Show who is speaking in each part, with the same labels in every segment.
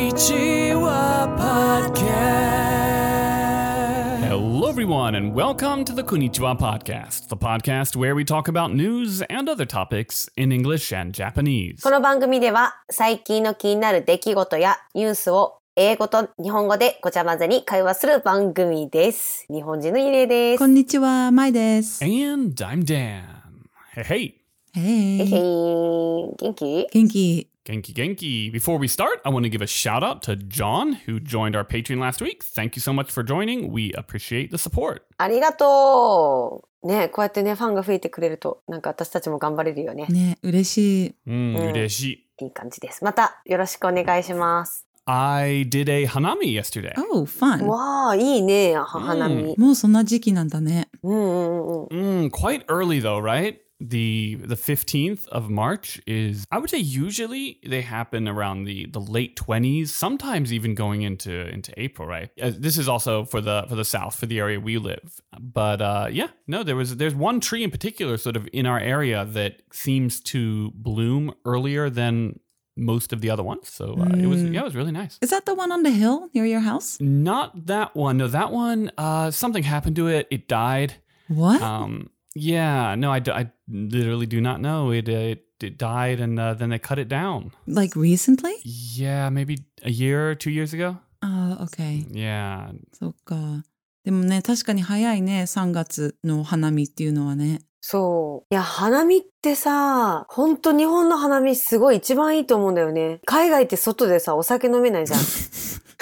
Speaker 1: Konnichiwa Podcast.
Speaker 2: Hello, everyone, and welcome to the Konnichiwa Podcast, the podcast where we talk about news and other topics in English and Japanese.
Speaker 3: この番組では最近の気になる出来事やニュースを英語と日本語でごちゃ混ぜに会話する番組です。日本人のイレです
Speaker 4: こ。んにちは、まいです。
Speaker 2: And I'm Dan. Hey, hey,
Speaker 3: えへい、
Speaker 4: Hey.
Speaker 3: 元気
Speaker 4: 元気
Speaker 2: Genki Genki. Before we start, I want to give a shout out to John, who joined our Patreon last week. Thank you so much for joining. We appreciate the support.
Speaker 3: ありがとうねこうやってね、ファンが増えてくれると、なんか私たちも頑張れるよね。
Speaker 4: ね、嬉しい。
Speaker 2: Mm,
Speaker 3: Mm.
Speaker 2: ureshi.
Speaker 3: いい感じです。またよろしくお願いします。
Speaker 2: I did a hanami yesterday.
Speaker 4: Oh, fun.
Speaker 3: わあ、いいね、は花見。
Speaker 4: もうそんな時期なんだね。
Speaker 3: うんうんうんうん。
Speaker 2: Mm, quite early though, right? The the 15th of March is I would say usually they happen around the the late 20s, sometimes even going into into April, right? Uh, This is also for the for the south, for the area we live. But uh yeah, no, there was there's one tree in particular sort of in our area that seems to bloom earlier than most of the other ones. So uh, it was
Speaker 4: Mm.
Speaker 2: yeah, it was really nice.
Speaker 4: Is that the one on the hill near your house?
Speaker 2: Not that one. No, that one uh something happened to it. It died.
Speaker 4: What?
Speaker 2: Um, yeah, no, I, d- I literally do not know. It, uh, it, it died and uh, then they cut it down.
Speaker 4: Like recently?
Speaker 2: Yeah, maybe a year or two years ago.
Speaker 4: ああ、OK。
Speaker 2: Yeah.
Speaker 4: そっか。でもね、確かに早いね、3月のお花見っていうのはね。
Speaker 3: そう。いや、花見ってさ、ほんと日本の花見すごい一番いいと思うんだよね。海外って外でさ、お酒飲めないじゃん。後ろから、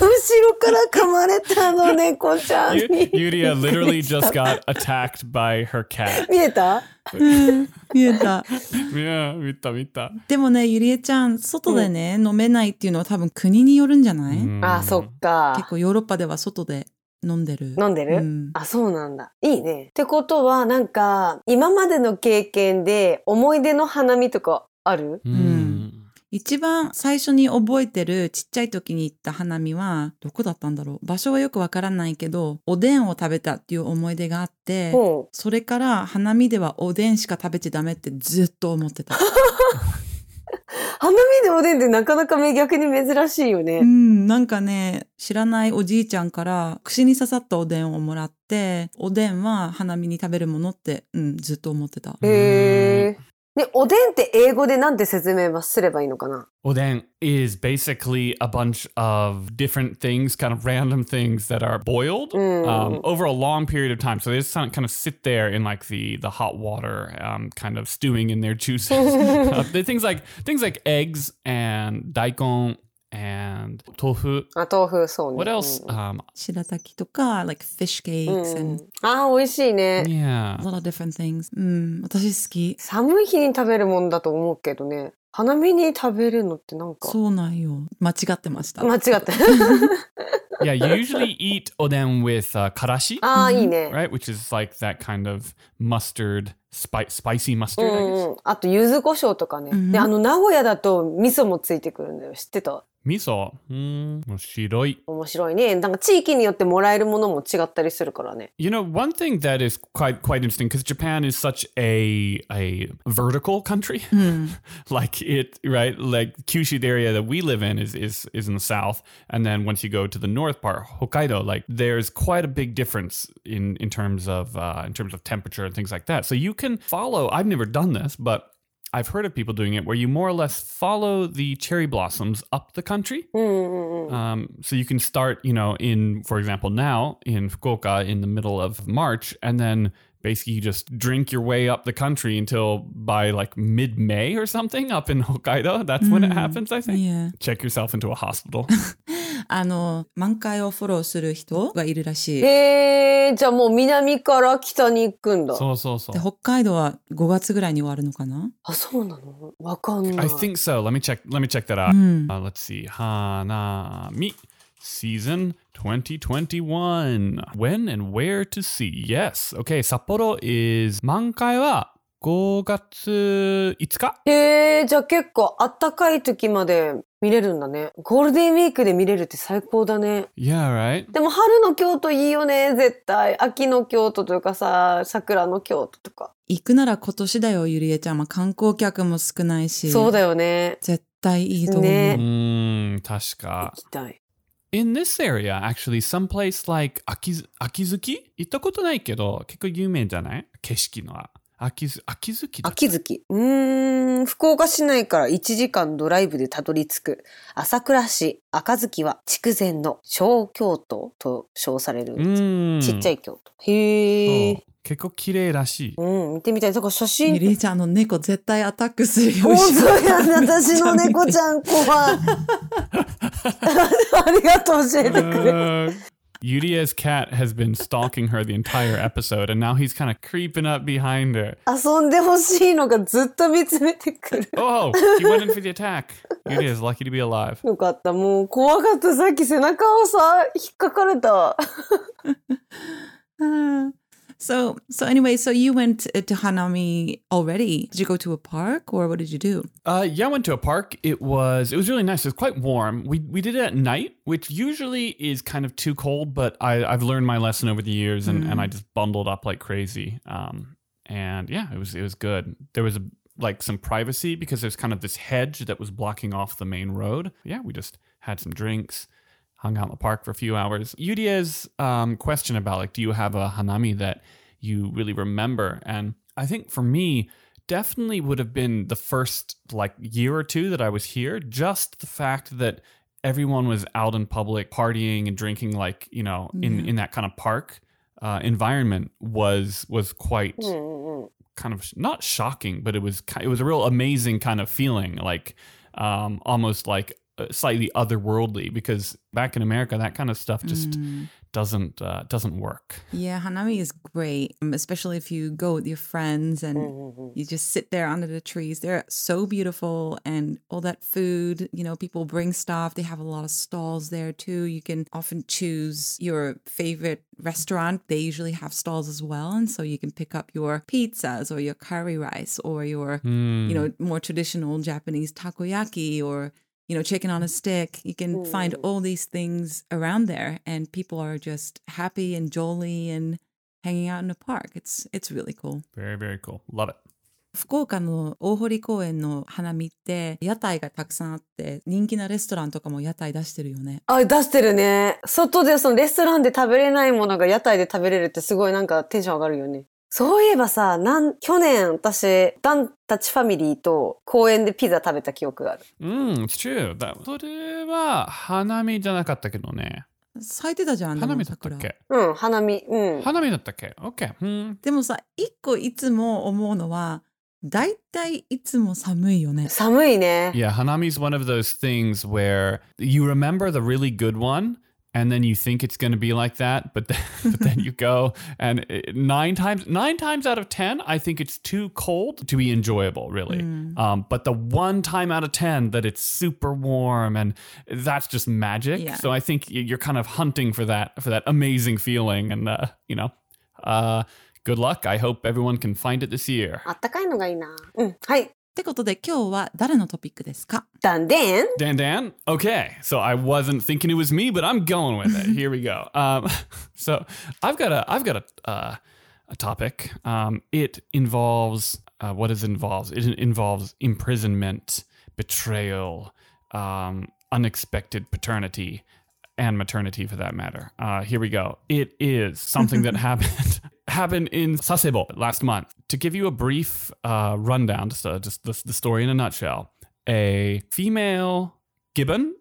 Speaker 3: 今、後ろから噛まれたの、 猫ちゃん
Speaker 2: Y-
Speaker 3: に。
Speaker 2: Yuria literally just got attacked by her cat.
Speaker 3: 見えた
Speaker 4: うん、見えた。
Speaker 2: Yeah, mita, mita.
Speaker 4: でもね、ゆりえちゃん、外でね、飲めないっていうのは多分国によるんじゃない、
Speaker 2: Hmm.
Speaker 3: あ、そっか
Speaker 4: 結。構ヨーロッパでは外で飲んでる。
Speaker 3: 飲んでる、
Speaker 4: うん
Speaker 3: あ、そうなんだ。いいね。ってことは、なんか、今までの経験で、思い出の花見とかある
Speaker 2: Mm.
Speaker 4: 一番最初に覚えてるちっちゃい時に行った花見はどこだったんだろう場所はよくわからないけどおでんを食べたっていう思い出があって
Speaker 3: ほ
Speaker 4: それから花見ではおでんしか食べちゃダメってずっと思って た。
Speaker 3: う。花見でおでんってなかなかめ逆に珍しいよね。
Speaker 4: うん、なんかね知らないおじいちゃんから串に刺さったおでんをもらっておでんは花見に食べるものって、うん、ずっと思ってた。
Speaker 3: へえ。ね、おでんって英語でなんて説明はすればいいのかな
Speaker 2: Oden is basically a bunch of different things, kind of random things that are boiled
Speaker 3: Mm.
Speaker 2: um, over a long period of time. So they just kind of, kind of sit there in like the the hot water, um, kind of stewing in their juices. uh, they- things like things like eggs and daikon and tofu.
Speaker 3: あ、豆腐、そうね。
Speaker 2: What else?
Speaker 3: う
Speaker 2: Um,
Speaker 3: ん
Speaker 4: 白滝とか like fish
Speaker 3: うん
Speaker 4: cakes and
Speaker 3: あー、美味しいね。
Speaker 2: yeah.
Speaker 4: a lot of different things。うん、私好き。
Speaker 3: 寒い日に食べるもんだと思うけどね。花見に食べるのってなんか、
Speaker 4: そうなんよ。間違ってました。
Speaker 3: 間違 った。
Speaker 2: Yeah, you usually eat oden with uh, karashi,
Speaker 3: ああ、いいね。
Speaker 2: right? Which is like that kind of mustard, spi- spicy
Speaker 3: う
Speaker 2: mustard, I
Speaker 3: ん
Speaker 2: guess.
Speaker 3: うん、あと、柚子胡椒とかね。
Speaker 4: うん
Speaker 3: で、あの、名古屋だと味噌もついてくるんだよ。知ってた
Speaker 2: Miso. Mm, 面白い。
Speaker 3: 面白いね。なんか地域によってもらえるものも違ったりするからね。
Speaker 2: You know, one thing that is quite quite interesting because Japan is such a a vertical country,
Speaker 4: うん。
Speaker 2: like it right, like Kyushu the area that we live in is is is in the south, and then once you go to the north part, Hokkaido, like there's quite a big difference in in terms of uh, in terms of temperature and things like that. So you can follow. I've never done this, but I've heard of people doing it where you more or less follow the cherry blossoms up the country.
Speaker 3: うんうんうん。
Speaker 2: Um, so you can start, you know, in, for example, now in Fukuoka in the middle of March, and then basically you just drink your way up the country until by like mid May or something up in Hokkaido. That's when it
Speaker 4: Mm.
Speaker 2: happens, I think.
Speaker 4: いや
Speaker 2: Check yourself into a hospital.
Speaker 4: あの満開をフォローする人がいるらしい。で
Speaker 3: へえ、じゃあもう南から北に行くんだ。
Speaker 2: so, so, so.
Speaker 4: 北海道は5月ぐらいに終わるのかな、
Speaker 3: あ、そうなのわかんな
Speaker 2: I
Speaker 3: い。
Speaker 2: think so. Let me check. Let me check that
Speaker 4: う
Speaker 2: out.
Speaker 4: ん、
Speaker 2: Uh, let's see. Hanami season 2021. When and where to see? Yes. Okay. Sapporo is mankai wa 5月5日
Speaker 3: へえ、じゃあ結構あったかい時まで見れるんだね。ゴールデンウィークで見れるって最高だね。
Speaker 2: Yeah, right?
Speaker 3: でも春の京都いいよね、絶対。秋の京都というかさ、桜の京都とか。
Speaker 4: 行くなら今年だよ、ゆりえちゃん。まあ、観光客も少ないし。
Speaker 3: そうだよね。
Speaker 4: 絶対いいと思う。
Speaker 3: ね
Speaker 2: Mm, Tashka.
Speaker 3: 行きたい。
Speaker 2: In this area, actually, someplace like Akiz- Akizuki? 行ったことないけど、結構有名じゃない景色の。Akiz- Akizuki だ。
Speaker 3: 秋月。うーん、福岡市内から1時間ドライブでたどり着く朝倉市赤月は筑前の小京都と称される
Speaker 2: うん。
Speaker 3: ちっちゃい京都。へ
Speaker 2: Oh,
Speaker 3: え。
Speaker 2: そう。結構綺麗らしい。
Speaker 3: うん、見てみたい。だから写
Speaker 4: ゆり
Speaker 3: 真。
Speaker 4: えちゃん、あの猫絶対アタックするよ。
Speaker 3: 本当やん、私の猫
Speaker 4: ゃん
Speaker 3: ちゃん怖い。ありがとう教えてくれ。
Speaker 2: Uh, Yuria's cat has been stalking her the entire episode, and now he's kind of creeping up behind her.
Speaker 3: 遊んでほしいのがずっと見つめてくる。
Speaker 2: Oh, he went in for the attack. Yuria is lucky to be alive.
Speaker 3: よかった。もう怖かった。さっき背中をさ、引っかかれた。
Speaker 4: Ah. So, so anyway, so you went uh, to Hanami already. Did you go to a park or what did you do?
Speaker 2: Uh, yeah, I went to a park. It was it was really nice. It was quite warm. We we did it at night, which usually is kind of too cold. But I I've learned my lesson over the years, and, and I just bundled up like crazy. Um, and yeah, it was it was good. There was a like some privacy because there's kind of this hedge that was blocking off the main road. Yeah, we just had some drinks, hung out in the park for a few hours. Yudia's um, question about like, do you have a hanami that you really remember? And I think for me, definitely would have been the first like year or two that I was here. Just the fact that everyone was out in public partying and drinking, like you know, in
Speaker 4: Yeah.
Speaker 2: in that kind of park uh, environment was was quite
Speaker 3: うんうん。
Speaker 2: kind of not shocking, but it was ki- it was a real amazing kind of feeling, like um, almost like uh, slightly otherworldly. Because back in America, that kind of stuff just
Speaker 4: Mm.
Speaker 2: doesn't uh, doesn't work.
Speaker 4: Yeah, Hanami is great, um, especially if you go with your friends and
Speaker 3: うんうんうん
Speaker 4: you just sit there under the trees. They're so beautiful and all that food, you know, people bring stuff. They have a lot of stalls there too. You can often choose your favorite restaurant. They usually have stalls as well. And so you can pick up your pizzas or your curry rice or your
Speaker 2: Hmm.
Speaker 4: you know, more traditional Japanese takoyaki or, you know, chicken on a stick. You can find
Speaker 3: Mm.
Speaker 4: all these things around there and people are just happy and jolly and hanging out in a park. It's it's really cool.
Speaker 2: very very cool. Love it.
Speaker 4: 福岡の大堀公園の花見って屋台がたくさんあって人気なレストランとかも屋台出してるよね。
Speaker 3: あ、出してるね。外でそのレストランで食べれないものが屋台で食べれるってすごいなんかテンション上がるよね。そういえばさ、なん、去年私、ダンたちファミリーと公園でピザ食べた記憶がある。
Speaker 2: うん、it's Hmm, true. That- それは花見じゃなかったけどね。
Speaker 4: 咲いてたじゃん。でも
Speaker 2: 花見だったっ
Speaker 4: 桜
Speaker 2: け
Speaker 3: うん、花見。うん。
Speaker 2: 花見だったっけ ?OK。うん。
Speaker 4: でもさ、一個いつも思うのは、大体いつも寒いよね。
Speaker 3: 寒いね。
Speaker 2: Yeah, hanami is one of those things where you remember the really good one and then you think it's going to be like that, but then, but then you go and it- nine times nine times out of 10, I think it's too cold to be enjoyable, really. Um, but the one time out of 10 that it's super warm and that's just magic.
Speaker 4: Yeah.
Speaker 2: So I think y- you're kind of hunting for that for that amazing feeling and uh, you know, uh good luck. I hope everyone can find it this year.
Speaker 3: あったかいのがいいな。うん。はい。
Speaker 4: ってことで今日は誰のトピックですか
Speaker 3: ダンデン
Speaker 2: Dan Dan? Okay. So I wasn't thinking it was me, but I'm going with it. Here we go. Um, so I've got a I've got a uh, a topic. Um, it involves uh, what is involves? It involves imprisonment, betrayal, um, unexpected paternity, and maternity for that matter. Uh, here we go. It is something that happened happened in Sasebo last month. To give you a brief uh, rundown, just uh, just the, the story in a nutshell. A female gibbon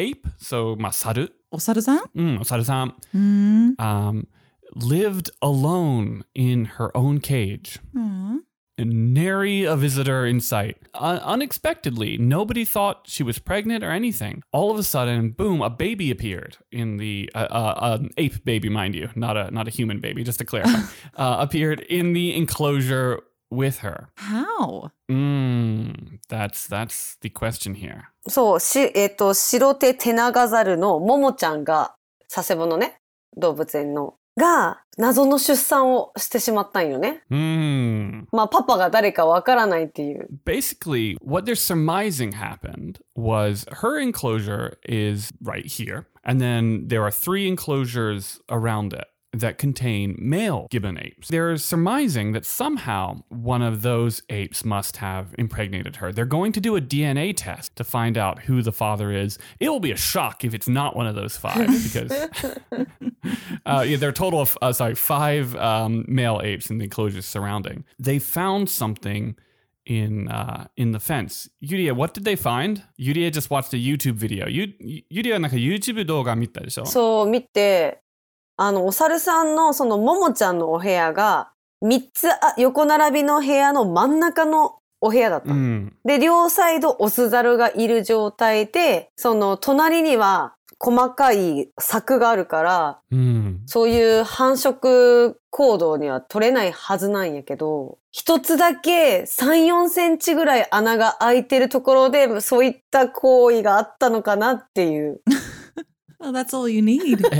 Speaker 2: ape, so Masaru,
Speaker 4: お猿さん
Speaker 2: mm, Masaru-san,
Speaker 4: うーん。
Speaker 2: um, lived alone in her own cage.
Speaker 4: うん
Speaker 2: Nary a visitor in sight. Un- unexpectedly, nobody thought she was pregnant or anything. All of a sudden, boom! A baby appeared in the uh, uh, an ape baby, mind you, not a not a human baby. Just to clarify, uh, appeared in the enclosure with her.
Speaker 4: How?
Speaker 2: Mm, that's that's the question here.
Speaker 3: そう、し、えっ、と、白手テナガザルのももちゃんが、佐世保のね、動物園のが謎の出産をしてしまったんよね。
Speaker 2: Hmm.
Speaker 3: まあパパが誰かわからないっていう。
Speaker 2: Basically, what they're surmising happened was her enclosure is right here, and then there are three enclosures around it that contain male gibbon apes. They're surmising that somehow one of those apes must have impregnated her. They're going to do a DNA test to find out who the father is. It will be a shock if it's not one of those five because uh, yeah, there are a total of uh, sorry five um, male apes in the enclosures surrounding. They found something in uh, in the fence. Yuria, what did they find? Yuria just watched a YouTube video. You Yuria なんか YouTube 動画見たでしょ？
Speaker 3: そう見て、あの、お猿さんのそのももちゃんのお部屋が、3つあ横並びの部屋の真ん中のお部屋だったの。
Speaker 2: ん。
Speaker 3: で、両サイドオスザルがいる状態で、その隣には細かい柵があるから、
Speaker 2: うん。
Speaker 3: そういう繁殖行動には取れないはずなんやけど、一つだけ3、4センチぐらい穴が開いてるところで、そういった行為があったのかなっていう。
Speaker 4: Well, that's all you need.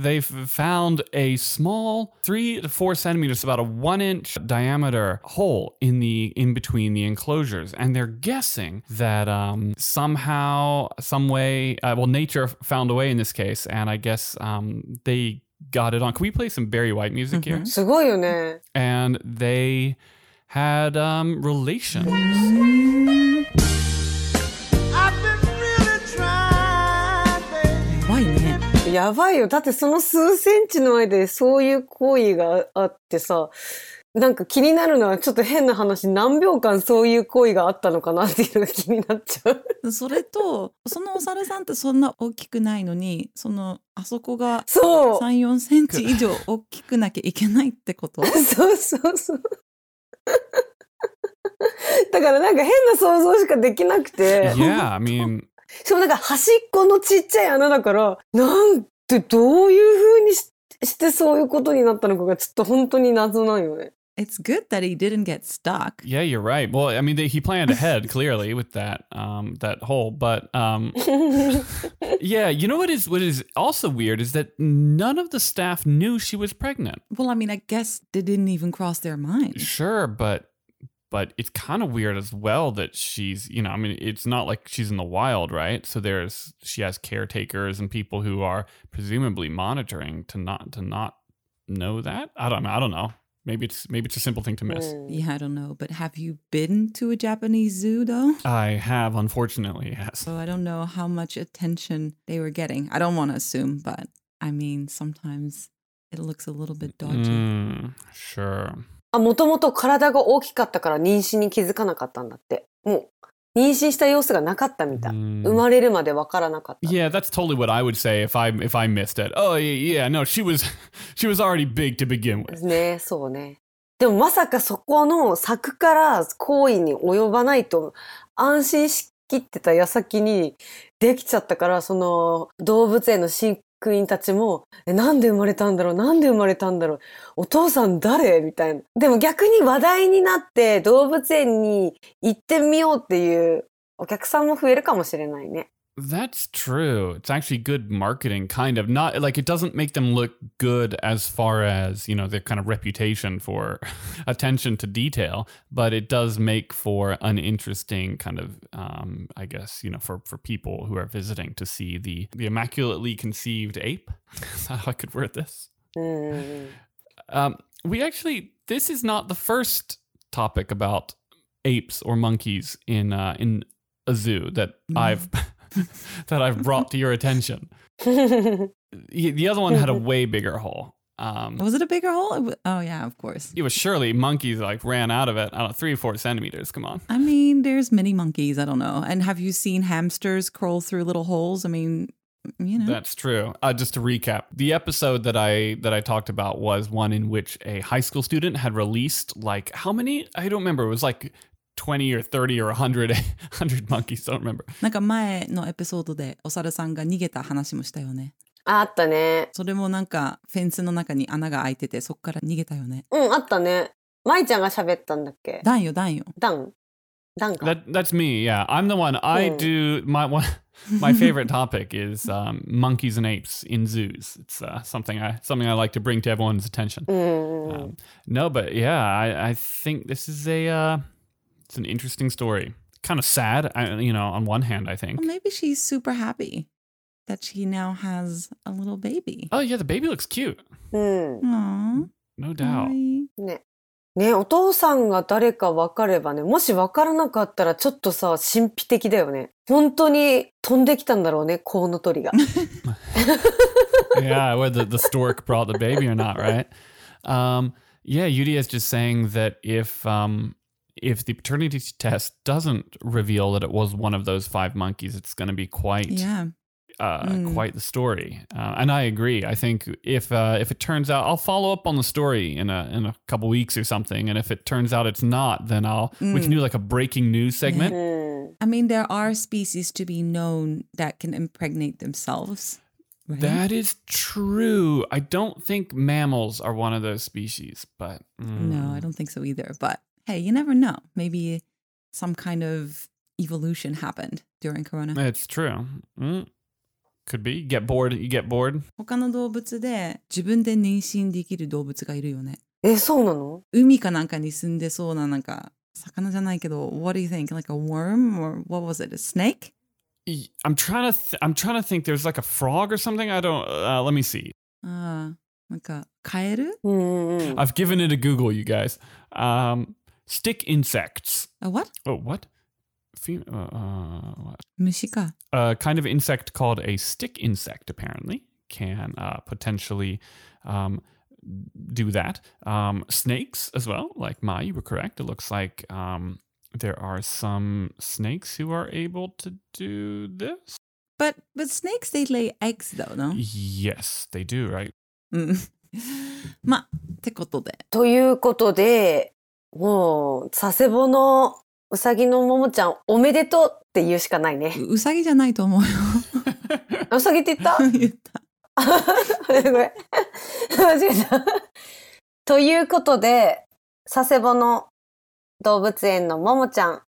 Speaker 2: They've found a small three to four centimeters, about a one inch diameter hole in the in between the enclosures, and they're guessing that um, somehow, some way, uh, well, nature found a way in this case, and I guess um, they got it on. Can we play some Barry White music here?
Speaker 3: すごいよね。
Speaker 2: And they had um, relations.
Speaker 1: I've been really trying, baby.
Speaker 4: Why not?
Speaker 3: やばいよ。だってその数センチの間でそういう行為があってさ、なんか気になるのはちょっと変な話、何秒間そういう行為があったのかなっていうのが気になっちゃう。
Speaker 4: それと、そのお猿さんってそんな大きくないのに、そのあそこが
Speaker 3: そう。
Speaker 4: 3、4センチ以上大きくなきゃいけないってこと
Speaker 3: そうそうそう。だからなんか変な想像しかできなくて。
Speaker 2: Yeah, I mean,
Speaker 3: しかもなんか端っこのちっちゃい穴だから、なんてどういう風にししてそういうことになったのかがちょっと本当に謎なんよね。
Speaker 4: It's good that he didn't get stuck.
Speaker 2: yeah, you're right. Well, I mean, they, he planned ahead clearly with that um, that hole, but um, yeah, you know what is what is also weird is that none of the staff knew she was pregnant.
Speaker 4: Well, I mean, I guess they didn't even cross their mind.
Speaker 2: Sure, but but it's kind of weird as well that she's you know I mean it's not like she's in the wild, right? So there's she has caretakers and people who are presumably monitoring to not to not know that. I don't know. I don't know. Maybe it's maybe it's a simple thing to
Speaker 3: うん
Speaker 2: miss.
Speaker 4: Yeah, I don't know. But have you been to a Japanese zoo though?
Speaker 2: I have, unfortunately, yes.
Speaker 4: So I don't know how much attention they were getting. I don't want to assume, but I mean, sometimes it looks a little bit dodgy.
Speaker 2: Mm, sure.
Speaker 3: あ、もともと体が大きかったから妊娠に気づかなかったんだって。もう妊娠した様子がなかったみたい。
Speaker 2: Mm.
Speaker 3: 生まれるまでわからなかった。
Speaker 2: Yeah, that's totally what I would say if I if I missed it. Oh yeah, yeah no, she was she was already big to begin with.
Speaker 3: ねそうね。でもまさかそこの柵から行為に及ばないと安心しきってた矢先にできちゃったから、その動物園の飼育員たちも、え、なんで生まれたんだろうなんで生まれたんだろうお父さん誰みたいな。でも逆に話題になって動物園に行ってみようっていうお客さんも増えるかもしれないね。
Speaker 2: That's true. It's actually good marketing kind of. Not like it doesn't make them look good as far as, you know, their kind of reputation for attention to detail, but it does make for an interesting kind of um I guess, you know, for for people who are visiting to see the the immaculately conceived ape. Is that how I could word this?
Speaker 3: うんうんうん。
Speaker 2: Um, we actually, this is not the first topic about apes or monkeys in uh, in a zoo that
Speaker 4: No.
Speaker 2: I've that I've brought to your attention. The the other one had a way bigger hole. Um,
Speaker 4: Was it a bigger hole? It wa- Oh, yeah, of course.
Speaker 2: it was surely monkeys like ran out of it. I don't know, three or four centimeters. Come on.
Speaker 4: I mean, there's many monkeys. I don't know. And have you seen hamsters crawl through little holes? I mean, you know.
Speaker 2: That's true. Uh, just to recap, the episode that I that I talked about was one in which a high school student had released like how many? I don't remember. It was like twenty or thirty or 100, 100 monkeys. Don't remember.
Speaker 4: なんか前のエピソードでお猿さんが逃げた話もしたよね。
Speaker 3: ああったね。
Speaker 4: それもなんかフェンスの中に穴が開いててそっから逃げたよね。
Speaker 3: うん、あったね。舞ちゃんが喋ったんだっけ
Speaker 4: だんよだんよ。
Speaker 3: ダンなんか。
Speaker 2: That that's me. Yeah, I'm the one. I
Speaker 3: Hmm.
Speaker 2: do my one. My favorite topic is um, monkeys and apes in zoos. It's uh, something I something I like to bring to everyone's attention.
Speaker 3: うんうん。
Speaker 2: Um, no, but yeah, I, I think this is a uh, it's an interesting story. Kind of sad, I, you know. On one hand, I think.
Speaker 4: Well, maybe she's super happy that she now has a little baby.
Speaker 2: Oh yeah, the baby looks cute,
Speaker 3: うん。
Speaker 4: Aww.
Speaker 2: no doubt.
Speaker 3: ね。ね、お父さんが誰か分かればね、もし分からなかったらちょっとさ、神秘的だよね。本当に飛んできたんだろうね、コウノトリ が。
Speaker 2: yeah, whether the stork brought the baby or not, right? Um, yeah, Yudi is just saying that if um, if the paternity test doesn't reveal that it was one of those five monkeys, it's going to be quite
Speaker 4: Yeah.
Speaker 2: uh,
Speaker 4: Mm.
Speaker 2: quite the story. Uh, and I agree. I think if uh, if it turns out, I'll follow up on the story in a in a couple weeks or something. And if it turns out it's not, then I'll we can
Speaker 4: Mm.
Speaker 2: do like a breaking news segment.
Speaker 3: うん。
Speaker 4: I mean, there are species to be known that can impregnate themselves. Right?
Speaker 2: That is true. I don't think mammals are one of those species, but
Speaker 4: No, I
Speaker 2: mm.
Speaker 4: don't think so either. But hey, you never know. Maybe some kind of evolution happened during Corona.
Speaker 2: It's true. Mm. Could be. Get bored. You get bored.
Speaker 4: 他の動物で自分で妊娠できる動物がいるよね。
Speaker 3: え、そうなの
Speaker 4: 海かなんかに住んでそうななんか魚じゃないけど、What do you think? Like a worm or what was it? A snake?
Speaker 2: Y- I'm trying to. Th- I'm trying to think. There's like a frog or something. I don't. Uh, let me see.
Speaker 4: ああ、なんかカエル
Speaker 3: うんうんうん。
Speaker 2: I've given it a Google, you guys. Um, stick insects.
Speaker 4: A what?
Speaker 2: Oh, what? Fem- uh, uh, what?
Speaker 4: 虫か。
Speaker 2: A kind of insect called a stick insect apparently can uh, potentially um, do that. Um, snakes as well, like Ma, you were correct. It looks like um, there are some snakes who are able to do this.
Speaker 4: But, but snakes, they lay eggs though, no?
Speaker 2: Yes, they do, right?
Speaker 4: うん。まあ、ってことで。
Speaker 3: ということで、もう、佐世保のうさぎのももちゃん、おめでとうって言うしかないね。
Speaker 4: ううさぎじゃないと思うよ。
Speaker 3: あうさぎって言った
Speaker 4: 言った。
Speaker 3: ごめんごめん間違えた。ということで、佐世保の動物園のももちゃん。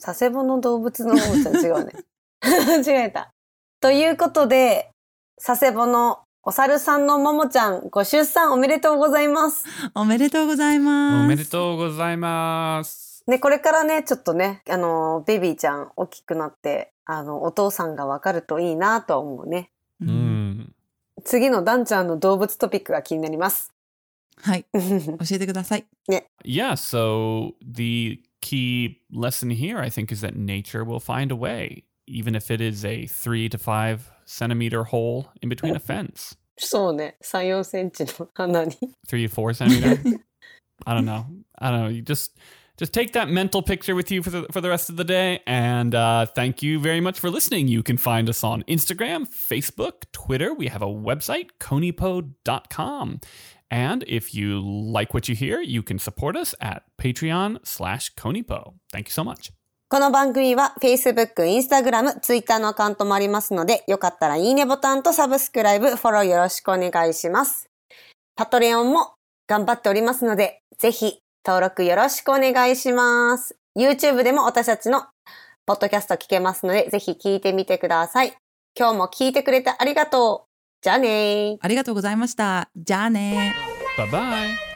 Speaker 3: 佐世保の動物のももちゃん違うね。間違えた。ということで、佐世保のお猿さんのももちゃん、ご出産おめでとうございます。
Speaker 4: おめでとうございます。
Speaker 2: おめでとうございます。
Speaker 3: ね、これからね、ちょっとね、あの、ベビーちゃん大きくなって、あの、お父さんがわかるといいなとは思うね。
Speaker 4: う。
Speaker 2: うんん。
Speaker 3: 次のダンちゃんの動物トピックが気になります。
Speaker 4: はい。教えてください。
Speaker 2: Yeah, so the key lesson here, I think, is that nature will find a way, even if it is a three to five centimeter hole in between a fence.
Speaker 3: そうね、3、4センチの鼻に。
Speaker 2: Three to four centimeter. I don't know. I don't know. You just just take that mental picture with you for the for the rest of the day. And uh, thank you very much for listening. You can find us on Instagram, Facebook, Twitter. We have a website, conipo.com. And if you like what you hear, you can support us at Patreon slash Conipo. Thank you so much.
Speaker 3: この番組は Facebook、Instagram、Twitter のアカウントもありますので、よかったらいいねボタンとサブスクライブ、フォローよろしくお願いします。パトレオンも頑張っておりますので、ぜひ登録よろしくお願いします。YouTube でも私たちのポッドキャスト聞けますので、ぜひ聞いてみてください。今日も聞いてくれてありがとう。じゃあねー。
Speaker 4: ありがとうございました。じゃあね
Speaker 2: Bye bye.